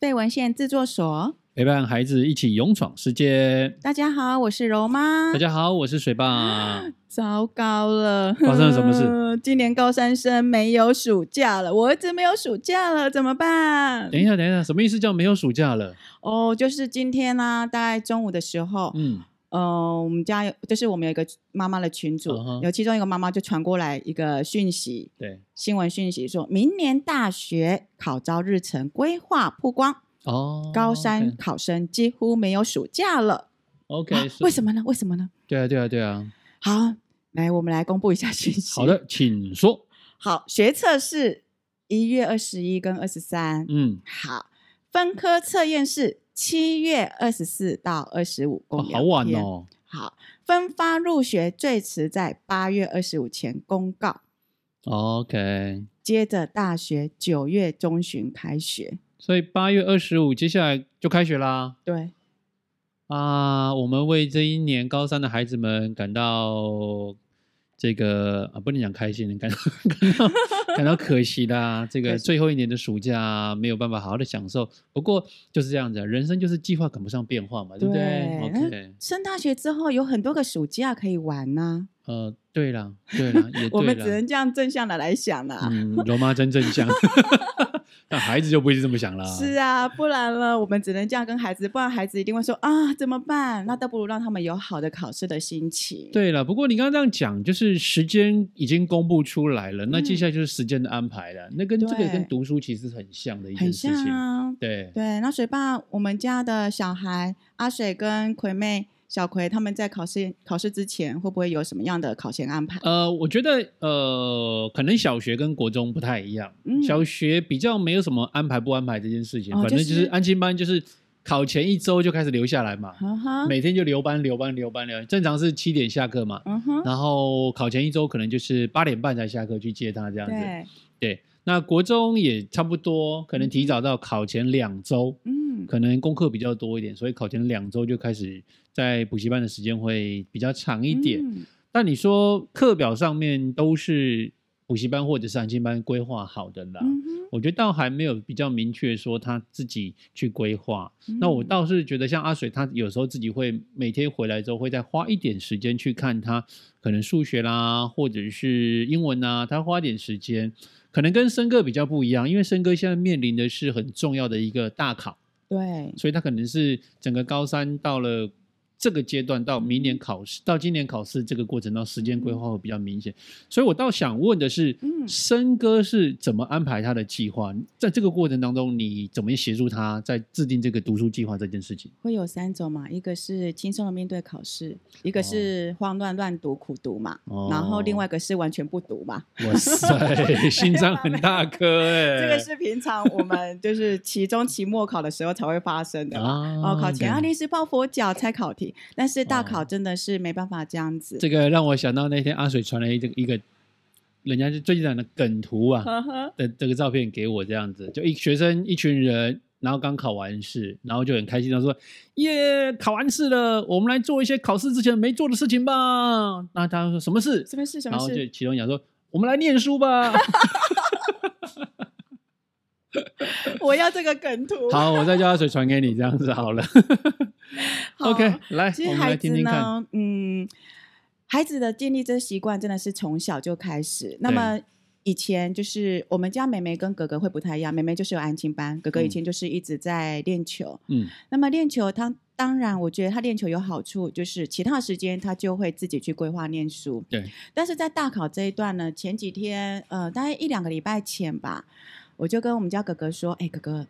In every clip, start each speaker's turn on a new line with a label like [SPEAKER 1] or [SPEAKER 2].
[SPEAKER 1] 费文献制作所，
[SPEAKER 2] 陪伴孩子一起勇闯世界。
[SPEAKER 1] 大家好，我是柔妈。
[SPEAKER 2] 大家好，我是 水爸。
[SPEAKER 1] 糟糕了，
[SPEAKER 2] 发生了什么事？
[SPEAKER 1] 今年高三生没有暑假了，我儿子没有暑假了，怎么办？
[SPEAKER 2] 等一下，等一下，什么意思叫没有暑假了？
[SPEAKER 1] 哦，就是今天呢、大概中午的时候，
[SPEAKER 2] 嗯，
[SPEAKER 1] 呃，我们家有，就是我们有一个妈妈的群组
[SPEAKER 2] 嗯哼
[SPEAKER 1] 有其中一个妈妈就传过来一个讯息，
[SPEAKER 2] 对，
[SPEAKER 1] 新闻讯息说，明年大学考招日程规划曝光，
[SPEAKER 2] 哦，
[SPEAKER 1] 高三考生几乎没有暑假了。
[SPEAKER 2] ，OK，,
[SPEAKER 1] 啊为什么呢？为什么呢？
[SPEAKER 2] 对啊，对啊，对啊。
[SPEAKER 1] 好，来，我们来公布一下讯息。
[SPEAKER 2] 好，的，请说。
[SPEAKER 1] 好，学测是一月二十一跟二十三，
[SPEAKER 2] 嗯，
[SPEAKER 1] 好，分科测验是七月二十四到二十五，
[SPEAKER 2] 哦
[SPEAKER 1] 共
[SPEAKER 2] 好
[SPEAKER 1] 两
[SPEAKER 2] 晚
[SPEAKER 1] 天。
[SPEAKER 2] 哦。
[SPEAKER 1] 好，分发入学最迟在八月二十五前公告，
[SPEAKER 2] 哦 OK，
[SPEAKER 1] 接着大学九月中旬开学。
[SPEAKER 2] 所以八月二十五，接下来就开学啦。
[SPEAKER 1] 对，
[SPEAKER 2] 啊，我们为这一年高三的孩子们感到这个啊，不能讲开心，感到感到感到可惜啦。这
[SPEAKER 1] 可
[SPEAKER 2] 个
[SPEAKER 1] 惜
[SPEAKER 2] 最后一年的暑假没有办法好好的享受。不过就是这样子啊，人生就是计划赶不上变化嘛，对不
[SPEAKER 1] 对
[SPEAKER 2] ？OK，
[SPEAKER 1] 升大学之后有很多个暑假可以玩呐、
[SPEAKER 2] 呃，对啦，对啦，也
[SPEAKER 1] 我
[SPEAKER 2] 对
[SPEAKER 1] 们只
[SPEAKER 2] 啦。
[SPEAKER 1] 能这样正向的来想啊啦、
[SPEAKER 2] 嗯，罗妈真正想， 那孩子就不是这么想啦。
[SPEAKER 1] 是啊，不然了，我们只能这样跟孩子，不然孩子一定会说啊，怎么办？那倒不如让他们有好的考试的心情。，
[SPEAKER 2] 对了，不过你刚刚这样讲，就是时间已经公布出来了，那接下来就是时间的安排了。那跟这个
[SPEAKER 1] 嗯对
[SPEAKER 2] 跟读书其实很像的一件
[SPEAKER 1] 很
[SPEAKER 2] 事
[SPEAKER 1] 像
[SPEAKER 2] 情。
[SPEAKER 1] 啊。
[SPEAKER 2] 对，
[SPEAKER 1] 对，那水爸，我们家的小孩阿水跟葵妹、小葵，他们在考试考试之前会不会有什么样的考前安排？
[SPEAKER 2] 呃，我觉得呃，可能小学跟国中不太一样，
[SPEAKER 1] 嗯
[SPEAKER 2] 小学比较没有什么安排不安排这件事情，
[SPEAKER 1] 哦
[SPEAKER 2] 反正
[SPEAKER 1] 就
[SPEAKER 2] 就是是安亲班就是考前一周就开始留下来嘛，
[SPEAKER 1] 哈哈，
[SPEAKER 2] 每天就留班留班留班留班，正常是七点下课嘛，
[SPEAKER 1] 嗯哼，
[SPEAKER 2] 然后考前一周可能就是八点半才下课去接他这样子。
[SPEAKER 1] 对，
[SPEAKER 2] 对，那国中也差不多，可能提早到考前两周，
[SPEAKER 1] 嗯，
[SPEAKER 2] 可能功课比较多一点，所以考前两周就开始在补习班的时间会比较长一点。
[SPEAKER 1] 嗯
[SPEAKER 2] 但你说课表上面都是补习班或者是安亲班规划好的啦，
[SPEAKER 1] 嗯哼
[SPEAKER 2] 我觉得倒还没有比较明确说他自己去规划。
[SPEAKER 1] 嗯
[SPEAKER 2] 那我倒是觉得，像阿水，他有时候自己会每天回来之后，会再花一点时间去看他可能数学啦，或者是英文啊，他花点时间，可能跟森哥比较不一样，因为森哥现在面临的是很重要的一个大考，
[SPEAKER 1] 对，
[SPEAKER 2] 所以他可能是整个高三到了。这个阶段到明年考试，到今年考试这个过程，到时间规划会比较明显，所以我倒想问的是，
[SPEAKER 1] 嗯
[SPEAKER 2] 森哥是怎么安排他的计划？在这个过程当中，你怎么协助他在制定这个读书计划这件事情？
[SPEAKER 1] 会有三种嘛，一个是轻松的面对考试，一个
[SPEAKER 2] 哦
[SPEAKER 1] 是慌乱乱读苦读嘛，
[SPEAKER 2] 哦
[SPEAKER 1] 然后另外一个是完全不读嘛。
[SPEAKER 2] 哇塞， 心脏很大颗哎、
[SPEAKER 1] 这个是平常我们就是期中、期末考的时候才会发生的啦。
[SPEAKER 2] 啊
[SPEAKER 1] 哦，考前啊，
[SPEAKER 2] 对
[SPEAKER 1] 临时抱佛脚猜考题，但是大考
[SPEAKER 2] 哦
[SPEAKER 1] 真的是没办法这样子。
[SPEAKER 2] 这个让我想到那天阿水传了一个一个，人家就最近讲的梗 图啊
[SPEAKER 1] 呵呵，
[SPEAKER 2] 的这个照片给我，这样子就一学生一群人。然后刚考完试，然后就很开心的说：“耶，考完试了，我们来做一些考试之前没做的事情吧。”那他说什么事？
[SPEAKER 1] 什么事？什
[SPEAKER 2] 然
[SPEAKER 1] 么
[SPEAKER 2] 后就
[SPEAKER 1] 事？
[SPEAKER 2] 其中讲说：“我们来念 书吧。
[SPEAKER 1] 我要这个梗图”。
[SPEAKER 2] 好，我再叫阿水传给你，这样子好了。
[SPEAKER 1] 好
[SPEAKER 2] OK，来，
[SPEAKER 1] 其实
[SPEAKER 2] 我们来
[SPEAKER 1] 孩
[SPEAKER 2] 听
[SPEAKER 1] 子
[SPEAKER 2] 听看。
[SPEAKER 1] 呢，嗯，孩子的建立这习惯真的是从小就开始。那么以前就是我们家妹妹跟哥哥会不太一样，妹妹就是有安亲班，哥哥以前就是一直在练球。
[SPEAKER 2] 嗯，
[SPEAKER 1] 那么练球，他当然我觉得他练球有好处，就是其他时间他就会自己去规划念书。
[SPEAKER 2] 对，
[SPEAKER 1] 但是在大考这一段呢，前几天呃，大概一两个礼拜前吧，我就跟我们家哥哥说：“哎、哥哥，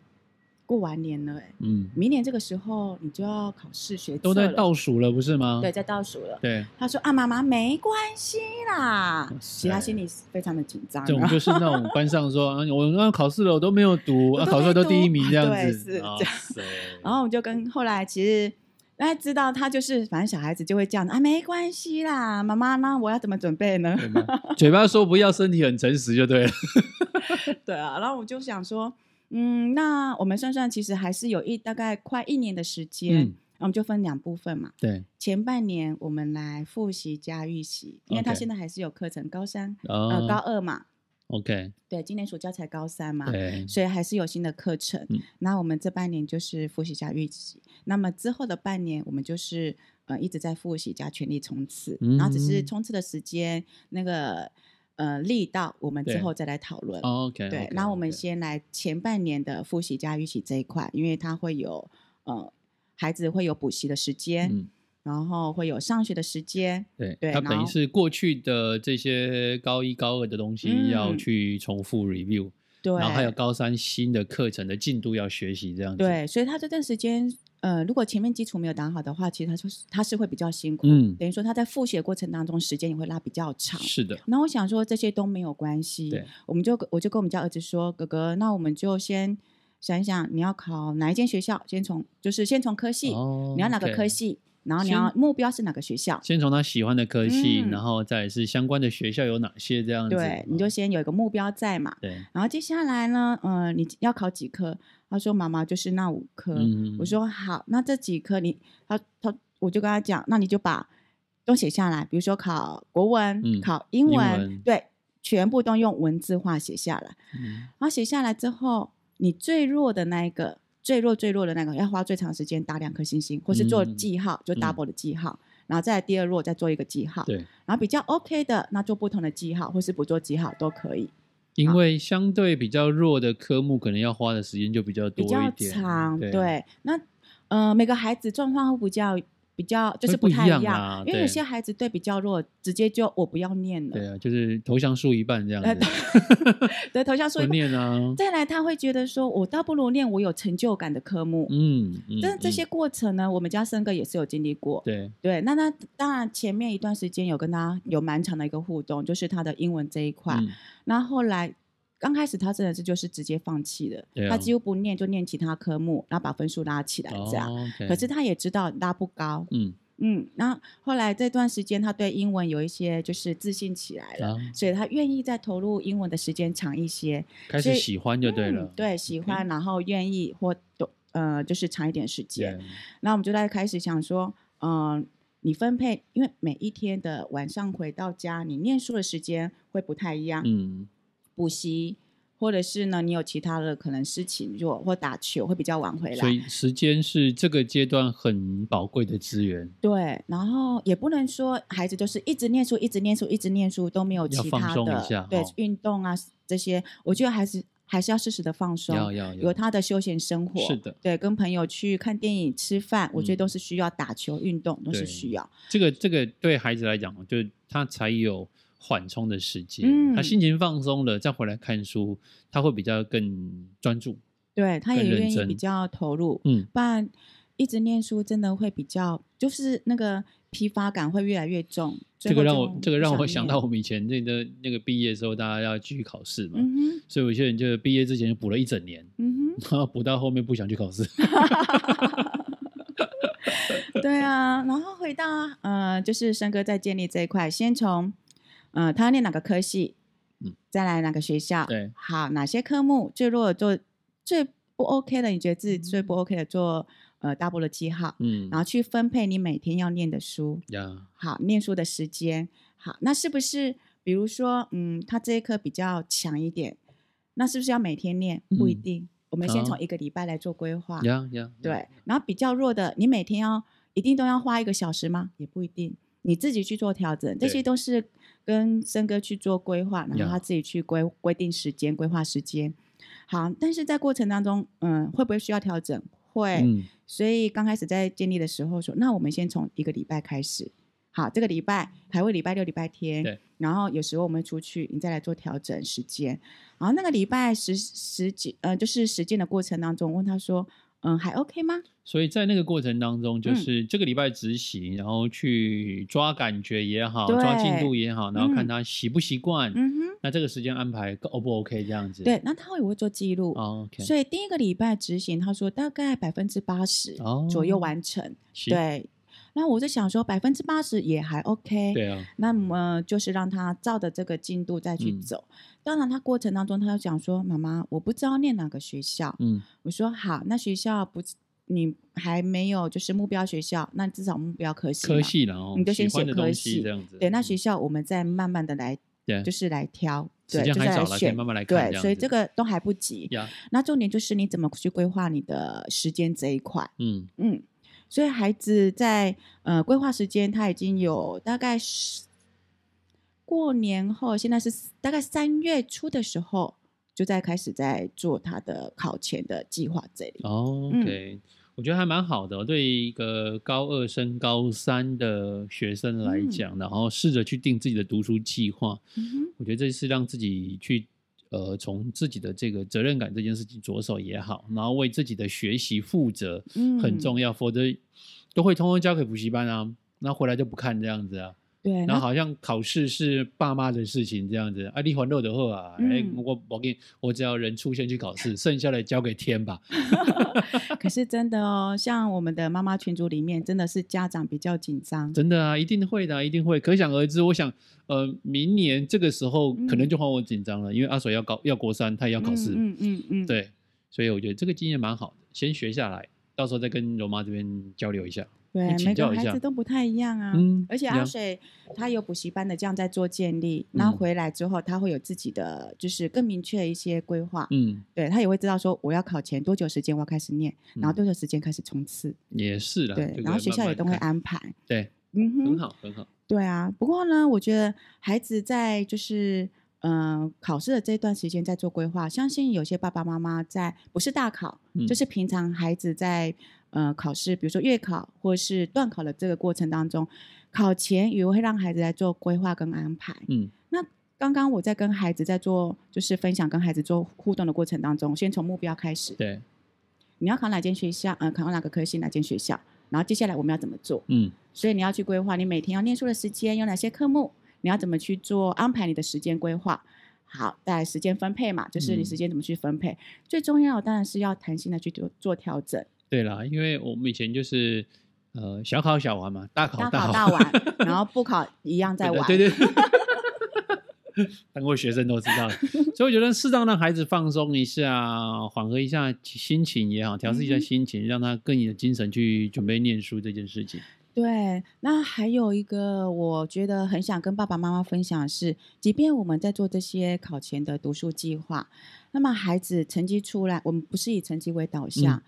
[SPEAKER 1] 过完年了、哎。”
[SPEAKER 2] 嗯，
[SPEAKER 1] 明年这个时候你就要考试学测
[SPEAKER 2] 都在
[SPEAKER 1] 了
[SPEAKER 2] 倒数了，不是吗？
[SPEAKER 1] 对，在倒数了。
[SPEAKER 2] 对，
[SPEAKER 1] 他说啊，妈妈没关系啦。
[SPEAKER 2] 塞
[SPEAKER 1] 其实他心里是非常的紧张
[SPEAKER 2] 这种
[SPEAKER 1] 啊。
[SPEAKER 2] 就是那种班上说，啊我那考试了我都没有读，
[SPEAKER 1] 我都
[SPEAKER 2] 啊
[SPEAKER 1] 没
[SPEAKER 2] 考出来都第一名
[SPEAKER 1] 读
[SPEAKER 2] 这样
[SPEAKER 1] 对
[SPEAKER 2] 子，
[SPEAKER 1] 是
[SPEAKER 2] 啊
[SPEAKER 1] 这样
[SPEAKER 2] 塞
[SPEAKER 1] 然后我们就跟后来其实。大家知道他就是，反正小孩子就会这样啊，没关系啦，妈妈，那我要怎么准备呢？
[SPEAKER 2] 对吗 嘴巴说不要，身体很诚实就对了。
[SPEAKER 1] 对啊，然后我就想说，嗯，那我们算算，其实还是有一大概快一年的时间，
[SPEAKER 2] 嗯
[SPEAKER 1] 我们就分两部分嘛。
[SPEAKER 2] 对，
[SPEAKER 1] 前半年我们来复习加预习，因为他
[SPEAKER 2] OK
[SPEAKER 1] 现在还是有课程，高三呃高
[SPEAKER 2] 啊
[SPEAKER 1] 二嘛，
[SPEAKER 2] ，OK，
[SPEAKER 1] 对，今年暑假才高三嘛，
[SPEAKER 2] 对，
[SPEAKER 1] 所以还是有新的课程
[SPEAKER 2] 嗯。
[SPEAKER 1] 那、我们这半年就是复习加预习，那么之后的半年我们就是呃一直在复习加全力冲刺，然后只是
[SPEAKER 2] 嗯
[SPEAKER 1] 冲刺的时间那个呃力道，我们之
[SPEAKER 2] 对哦
[SPEAKER 1] 后再来讨论。
[SPEAKER 2] OK，
[SPEAKER 1] 啊对，然后我们先来前半年的复习加预习这一块，因为它会有呃孩子会有补习的时间，
[SPEAKER 2] 嗯。
[SPEAKER 1] 然后会有上学的时间，
[SPEAKER 2] 对，
[SPEAKER 1] 对
[SPEAKER 2] 它
[SPEAKER 1] 然
[SPEAKER 2] 等于
[SPEAKER 1] 后
[SPEAKER 2] 是过去的这些高一、高二的东西要
[SPEAKER 1] 嗯
[SPEAKER 2] 去重复 review，、
[SPEAKER 1] 对，
[SPEAKER 2] 然后还有高三新的课程的进度要学习，这样子。，
[SPEAKER 1] 对，所以他这段时间，呃，如果前面基础没有打好的话，其实他就是他是会比较辛苦，
[SPEAKER 2] 嗯，
[SPEAKER 1] 等于说他在复习的过程当中时间也会拉比较长。
[SPEAKER 2] 是的，
[SPEAKER 1] 那我想说这些都没有关系
[SPEAKER 2] 对，
[SPEAKER 1] 我们就我就跟我们家儿子说，哥哥，那我们就先想一想你要考哪一间学校，先从就是先从科系，
[SPEAKER 2] 哦
[SPEAKER 1] 你要哪个科
[SPEAKER 2] OK
[SPEAKER 1] 系，然后你
[SPEAKER 2] 先
[SPEAKER 1] 要目标是哪个学校，
[SPEAKER 2] 先从他喜欢的科系，
[SPEAKER 1] 嗯
[SPEAKER 2] 然后再来是相关的学校有哪些这样子。
[SPEAKER 1] 对，你就
[SPEAKER 2] 哦
[SPEAKER 1] 先有一个目标在嘛。
[SPEAKER 2] 对，
[SPEAKER 1] 然后接下来呢，呃，你要考几科？他说妈妈就是那五科。
[SPEAKER 2] 嗯
[SPEAKER 1] 我说好，那这几科你，他他我就跟他讲，那你就把都写下来，比如说考国文、
[SPEAKER 2] 嗯
[SPEAKER 1] 考英文，
[SPEAKER 2] 英文
[SPEAKER 1] 对，全部都用文字化写下来。
[SPEAKER 2] 嗯
[SPEAKER 1] 然后写下来之后，你最弱的那一个，最弱最弱的那个，要花最长时间打两颗星星，或是做
[SPEAKER 2] 嗯
[SPEAKER 1] 记号，就
[SPEAKER 2] 嗯
[SPEAKER 1] double 的记号，然后再来第二弱再做一个记号，
[SPEAKER 2] 对，
[SPEAKER 1] 然后比较 OK 的，那做不同的记号，或是不做记号都可以。
[SPEAKER 2] 因为相对比较弱的科目，可能要花的时间就比较多
[SPEAKER 1] 比较
[SPEAKER 2] 一点，
[SPEAKER 1] 长，
[SPEAKER 2] 对，
[SPEAKER 1] 那呃，每个孩子状况会比较比较，就是
[SPEAKER 2] 会不
[SPEAKER 1] 太
[SPEAKER 2] 一样
[SPEAKER 1] 样，
[SPEAKER 2] 啦
[SPEAKER 1] 因为有
[SPEAKER 2] 对
[SPEAKER 1] 些孩子对比较弱，直接就我不要念了，
[SPEAKER 2] 对啊，就是投降输一半这样
[SPEAKER 1] 呃
[SPEAKER 2] 子，
[SPEAKER 1] 对， 头像说
[SPEAKER 2] 不
[SPEAKER 1] 一半。
[SPEAKER 2] 念啊，
[SPEAKER 1] 再来，他会觉得说，我倒不如念我有成就感的科目。
[SPEAKER 2] 嗯，嗯
[SPEAKER 1] 但是这
[SPEAKER 2] 嗯
[SPEAKER 1] 些过程呢，我们家森哥也是有经历过。
[SPEAKER 2] 对，
[SPEAKER 1] 对，那他当然前面一段时间有跟他有蛮长的一个互动，就是他的英文这一块。
[SPEAKER 2] 嗯
[SPEAKER 1] 那后来刚开始他真的是就是直接放弃了，
[SPEAKER 2] 对啊
[SPEAKER 1] 他几乎不念就念其他科目，然后把分数拉起来这样。
[SPEAKER 2] 哦，OK
[SPEAKER 1] 可是他也知道拉不高，
[SPEAKER 2] 嗯，
[SPEAKER 1] 嗯，那后来这段时间他对英文有一些就是自信起来了，
[SPEAKER 2] 啊，
[SPEAKER 1] 所以他愿意再投入英文的时间长一些，
[SPEAKER 2] 开
[SPEAKER 1] 所
[SPEAKER 2] 始
[SPEAKER 1] 以
[SPEAKER 2] 喜欢就对了
[SPEAKER 1] 嗯，对，喜欢，然后愿意或多呃就是长一点时间，
[SPEAKER 2] 对，
[SPEAKER 1] 那我们就在开始想说，嗯、你分配，因为每一天的晚上回到家，你念书的时间会不太一样，
[SPEAKER 2] 嗯，
[SPEAKER 1] 补习，或者是呢，你有其他的可能事情，如果或打球会比较晚回
[SPEAKER 2] 所
[SPEAKER 1] 来，
[SPEAKER 2] 以时间是这个阶段很宝贵的资源，
[SPEAKER 1] 对，然后也不能说孩子就是一直念书，一直念书，一直念书都没有
[SPEAKER 2] 要
[SPEAKER 1] 其
[SPEAKER 2] 放
[SPEAKER 1] 他
[SPEAKER 2] 松一
[SPEAKER 1] 的，
[SPEAKER 2] 下
[SPEAKER 1] 对、
[SPEAKER 2] 哦
[SPEAKER 1] 运动啊这些，我觉得还是还是要适时的放松，
[SPEAKER 2] 要要
[SPEAKER 1] 有
[SPEAKER 2] 要，
[SPEAKER 1] 他的休闲生活，
[SPEAKER 2] 是的，
[SPEAKER 1] 对，跟朋友去看电影、吃饭，我觉得
[SPEAKER 2] 嗯
[SPEAKER 1] 都是需要打球、运动都
[SPEAKER 2] 对
[SPEAKER 1] 是需要，
[SPEAKER 2] 这个这个对孩子来讲，就是他才有缓冲的时间，
[SPEAKER 1] 嗯
[SPEAKER 2] 他心情放松了，再回来看书，他会比较更专注。
[SPEAKER 1] 对他也
[SPEAKER 2] 更认
[SPEAKER 1] 愿意
[SPEAKER 2] 真
[SPEAKER 1] 比较投入，
[SPEAKER 2] 嗯，
[SPEAKER 1] 不然一直念书真的会比较，就是那个疲乏感会越来越重。
[SPEAKER 2] 这个让我
[SPEAKER 1] 最后就
[SPEAKER 2] 这个让
[SPEAKER 1] 不
[SPEAKER 2] 我想
[SPEAKER 1] 念
[SPEAKER 2] 到，我们以前那个那个毕业的时候，大家要继续考试嘛，
[SPEAKER 1] 嗯哼，
[SPEAKER 2] 所以有些人就毕业之前就补了一整年，
[SPEAKER 1] 嗯
[SPEAKER 2] 然后补到后面不想去考试。
[SPEAKER 1] 哼，对啊。然后回到呃，就是生哥在建立这一块，先从呃他要念哪个科系，
[SPEAKER 2] 嗯
[SPEAKER 1] 再来哪个学校，
[SPEAKER 2] 对，
[SPEAKER 1] 好，哪些科目最弱的做最不 OK 的，你觉得自己最不 OK 的做呃 double 的记号，
[SPEAKER 2] 嗯，
[SPEAKER 1] 然后去分配你每天要念的书，
[SPEAKER 2] 呀，
[SPEAKER 1] 好，念书的时间好，那是不是比如说，嗯，他这一科比较强一点，那是不是要每天念？不一
[SPEAKER 2] 嗯
[SPEAKER 1] 定，我们先
[SPEAKER 2] 好
[SPEAKER 1] 从一个礼拜来做规划。
[SPEAKER 2] 呀呀，呀，
[SPEAKER 1] 对，然后比较弱的，你每天要一定都要花一个小时吗？也不一定，你自己去做调整，这
[SPEAKER 2] 对
[SPEAKER 1] 些都是跟森哥去做规划，然
[SPEAKER 2] 呀
[SPEAKER 1] 后他自己去规规定时间、规划时间。好，但是在过程当中，嗯，会不会需要调整？会，
[SPEAKER 2] 嗯，
[SPEAKER 1] 所以刚开始在建立的时候说，那我们先从一个礼拜开始，好，这个礼拜还会礼拜六、礼拜天
[SPEAKER 2] 对，
[SPEAKER 1] 然后有时候我们会出去，你再来做调整时间。然后那个礼拜实实际呃，就是实践的过程当中，我问他说，嗯，还 OK 吗？
[SPEAKER 2] 所以在那个过程当中，就
[SPEAKER 1] 嗯
[SPEAKER 2] 是这个礼拜执行，然后去抓感觉也好，
[SPEAKER 1] 对
[SPEAKER 2] 抓进度也好，然后看
[SPEAKER 1] 嗯
[SPEAKER 2] 他习不习惯，
[SPEAKER 1] 嗯哼，
[SPEAKER 2] 那这个时间安排 O 不 OK 这样子？
[SPEAKER 1] 对，那他也会做记录。
[SPEAKER 2] 哦，OK，
[SPEAKER 1] 所以第一个礼拜执行，他说大概百分之八十
[SPEAKER 2] 哦
[SPEAKER 1] 左右完成。
[SPEAKER 2] 是
[SPEAKER 1] 对，那我就想说百分之八十也还 OK。
[SPEAKER 2] 对啊，
[SPEAKER 1] 那么就是让他照着这个进度再去
[SPEAKER 2] 嗯
[SPEAKER 1] 走。当然，他过程当中他就讲说：“妈妈，我不知道念哪个学校。
[SPEAKER 2] 嗯，
[SPEAKER 1] 我说：“好，那学校不是你还没有就是目标学校，那至少目标科系嘛。
[SPEAKER 2] 科系然后
[SPEAKER 1] 你就先
[SPEAKER 2] 喜欢
[SPEAKER 1] 写
[SPEAKER 2] 的
[SPEAKER 1] 科
[SPEAKER 2] 东西
[SPEAKER 1] 系
[SPEAKER 2] 这样子。
[SPEAKER 1] 对，那
[SPEAKER 2] 嗯
[SPEAKER 1] 学校我们再慢慢的来，
[SPEAKER 2] 对
[SPEAKER 1] 就是来挑，
[SPEAKER 2] 时
[SPEAKER 1] 对，就
[SPEAKER 2] 间
[SPEAKER 1] 是
[SPEAKER 2] 还
[SPEAKER 1] 来
[SPEAKER 2] 早了，可以
[SPEAKER 1] 选。
[SPEAKER 2] 慢慢来看
[SPEAKER 1] 对，所以
[SPEAKER 2] 子
[SPEAKER 1] 这个都还不急。
[SPEAKER 2] 呀，
[SPEAKER 1] 那重点就是你怎么去规划你的时间这一块。
[SPEAKER 2] 嗯，
[SPEAKER 1] 嗯，所以孩子在呃规划时间，他已经有大概是过年后，现在是大概三月初的时候，就在开始在做他的考前的计划这里。
[SPEAKER 2] 哦
[SPEAKER 1] 嗯
[SPEAKER 2] OK，、我觉得还蛮好的哦、对于一个高二升高三的学生来
[SPEAKER 1] 嗯
[SPEAKER 2] 讲，然后试着去定自己的读书计划，我觉得这是让自己去呃从自己的这个责任感这件事情着手也好，然后为自己的学习负责
[SPEAKER 1] 嗯
[SPEAKER 2] 很重要，否则都会通通交给补习班啊，那回来就不看这样子啊，
[SPEAKER 1] 对，
[SPEAKER 2] 然后
[SPEAKER 1] 那
[SPEAKER 2] 好像考试是爸妈的事情这样子，啊，你还肉的后啊，
[SPEAKER 1] 嗯
[SPEAKER 2] 哎、我我给你，我只要人出现去考试，剩下的交给天吧。
[SPEAKER 1] 可是真的哦，像我们的妈妈群组里面，真的是家长比较紧张。
[SPEAKER 2] 真的啊，一定会的啊、一定会。可想而知，我想，呃，明年这个时候
[SPEAKER 1] 嗯
[SPEAKER 2] 可能就换我紧张了，因为阿水要考要国三，他也要考试，
[SPEAKER 1] 嗯嗯嗯，嗯，
[SPEAKER 2] 对，所以我觉得这个经验蛮好的，先学下来，到时候再跟柔妈这边交流一下。
[SPEAKER 1] 对，
[SPEAKER 2] 请
[SPEAKER 1] 每个
[SPEAKER 2] 教一
[SPEAKER 1] 孩
[SPEAKER 2] 下
[SPEAKER 1] 子都不太一样啊。
[SPEAKER 2] 嗯
[SPEAKER 1] 而且
[SPEAKER 2] 一
[SPEAKER 1] 阿
[SPEAKER 2] 样
[SPEAKER 1] 水他有补习班的这样在做建立，然后
[SPEAKER 2] 嗯
[SPEAKER 1] 回来之后他会有自己的就是更明确一些规划，
[SPEAKER 2] 嗯，
[SPEAKER 1] 对他也会知道说我要考前多久时间我要开始念，然后
[SPEAKER 2] 嗯
[SPEAKER 1] 多久时间开始冲刺，
[SPEAKER 2] 也是啦，这
[SPEAKER 1] 对，
[SPEAKER 2] 个
[SPEAKER 1] 然后学校
[SPEAKER 2] 慢慢
[SPEAKER 1] 也都会
[SPEAKER 2] 看，
[SPEAKER 1] 安排，
[SPEAKER 2] 对，
[SPEAKER 1] 嗯
[SPEAKER 2] 很
[SPEAKER 1] 哼，
[SPEAKER 2] 好，很好。
[SPEAKER 1] 对啊。不过呢，我觉得孩子在就是。嗯，考试的这段时间在做规划，相信有些爸爸妈妈在不是大考，
[SPEAKER 2] 嗯
[SPEAKER 1] 就是平常孩子在呃考试，比如说月考或是段考的这个过程当中，考前也会让孩子来做规划跟安排。
[SPEAKER 2] 嗯
[SPEAKER 1] 那刚刚我在跟孩子在做就是分享跟孩子做互动的过程当中，先从目标开始，
[SPEAKER 2] 对，
[SPEAKER 1] 你要考哪间学校，呃，考哪个科系，哪间学校，然后接下来我们要怎么做？
[SPEAKER 2] 嗯
[SPEAKER 1] 所以你要去规划你每天要念书的时间有哪些科目，你要怎么去做安排你的时间规划。好，再来时间分配嘛，就是你
[SPEAKER 2] 嗯
[SPEAKER 1] 时间怎么去分配。最重要的当然是要弹性的去做做调整，
[SPEAKER 2] 对啦，因为我们以前就是呃小考小玩嘛，大考
[SPEAKER 1] 大考
[SPEAKER 2] 玩
[SPEAKER 1] 大玩，然后不考一样在玩。
[SPEAKER 2] 对对对。当过学生都知道， 所以我觉得适当让孩子放松一下，缓和一下心情也好，调试一下
[SPEAKER 1] 嗯哼
[SPEAKER 2] 心情，让他更有精神去准备念书这件事情。
[SPEAKER 1] 对，那还有一个，我觉得很想跟爸爸妈妈分享的是，即便我们在做这些考前的读书计划，那么孩子成绩出来，我们不是以成绩为导向，
[SPEAKER 2] 嗯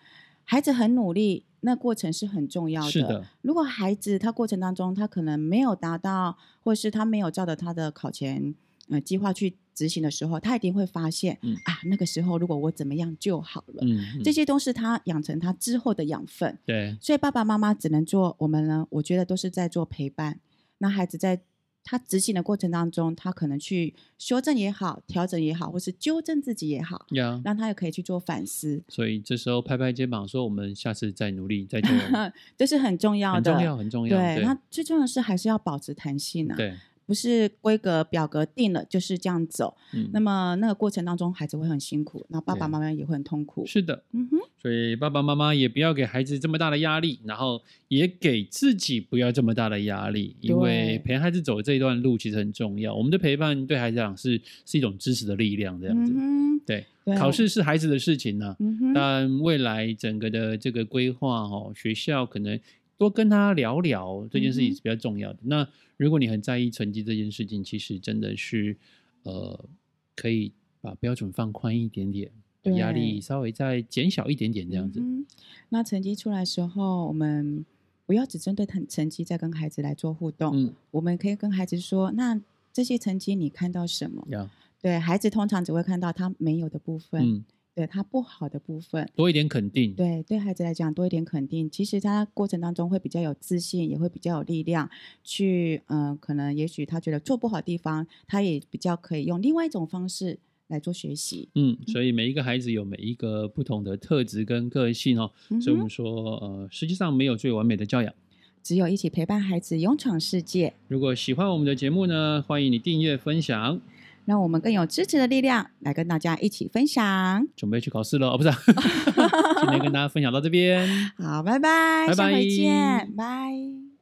[SPEAKER 1] 孩子很努力，那过程是很重要的。
[SPEAKER 2] 是的，
[SPEAKER 1] 如果孩子他过程当中他可能没有达到，或是他没有照着他的考前呃计划去执行的时候，他一定会发现、
[SPEAKER 2] 嗯
[SPEAKER 1] 啊，那个时候如果我怎么样就好了。
[SPEAKER 2] 嗯，嗯
[SPEAKER 1] 这些都是他养成他之后的养分。
[SPEAKER 2] 对，
[SPEAKER 1] 所以爸爸妈妈只能做我们呢，我觉得都是在做陪伴。那孩子在他执行的过程当中，他可能去修正也好，调整也好，或是纠正自己也好，
[SPEAKER 2] 呀，
[SPEAKER 1] 让他也可以去做反思，
[SPEAKER 2] 所以这时候拍拍肩膀说：“我们下次再努力，再 加油。
[SPEAKER 1] 这是很重”要
[SPEAKER 2] 很
[SPEAKER 1] 的。
[SPEAKER 2] 重要，很重要。
[SPEAKER 1] 对，
[SPEAKER 2] 对，
[SPEAKER 1] 那最重要的是还是要保持弹性啊，
[SPEAKER 2] 对，
[SPEAKER 1] 不是规格表格定了就是这样走。
[SPEAKER 2] 嗯
[SPEAKER 1] 那么那个过程当中，孩子会很辛苦，然后爸爸
[SPEAKER 2] 对
[SPEAKER 1] 妈妈也会很痛苦。
[SPEAKER 2] 是的，
[SPEAKER 1] 嗯哼，
[SPEAKER 2] 所以爸爸妈妈也不要给孩子这么大的压力，然后也给自己不要这么大的压力，因为陪孩子走这段路其实很重要。我们的陪伴对孩子来讲是是一种支持的力量，这样子。
[SPEAKER 1] 嗯哼，
[SPEAKER 2] 对，
[SPEAKER 1] 对
[SPEAKER 2] 考，试是孩子的事情呢、
[SPEAKER 1] 嗯哼，
[SPEAKER 2] 但未来整个的这个规划哦，学校可能多跟他聊聊这件事情
[SPEAKER 1] 嗯哼
[SPEAKER 2] 是比较重要的。那如果你很在意成绩这件事情，其实真的是呃，可以把标准放宽一点点，把压力
[SPEAKER 1] 对
[SPEAKER 2] 稍微再减小一点点这样子。
[SPEAKER 1] 嗯哼那成绩出来的时候，我们不要只针对成成绩在跟孩子来做互动，
[SPEAKER 2] 嗯，
[SPEAKER 1] 我们可以跟孩子说，那这些成绩你看到什么？
[SPEAKER 2] 要
[SPEAKER 1] 对孩子通常只会看到他没有的部分，
[SPEAKER 2] 嗯
[SPEAKER 1] 对他不好的部分。
[SPEAKER 2] 多一点肯定，
[SPEAKER 1] 对，对孩子来讲多一点肯定，其实他过程当中会比较有自信，也会比较有力量去，嗯、可能也许他觉得做不好的地方，他也比较可以用另外一种方式来做学习。
[SPEAKER 2] 嗯，所以每一个孩子有每一个不同的特质跟个性哦，
[SPEAKER 1] 嗯
[SPEAKER 2] 所以我们
[SPEAKER 1] 哼，
[SPEAKER 2] 说呃，实际上没有最完美的教养。
[SPEAKER 1] 只有一起陪伴孩子勇闯世界，
[SPEAKER 2] 如果喜欢我们的节目呢，欢迎你订阅分享。
[SPEAKER 1] 让我们更有支持的力量来跟大家一起分享。
[SPEAKER 2] 准备去考试了哦，不是啊、 今天跟大家分享到这边。
[SPEAKER 1] 好，拜拜，
[SPEAKER 2] 拜
[SPEAKER 1] 下
[SPEAKER 2] 拜
[SPEAKER 1] 回见，拜。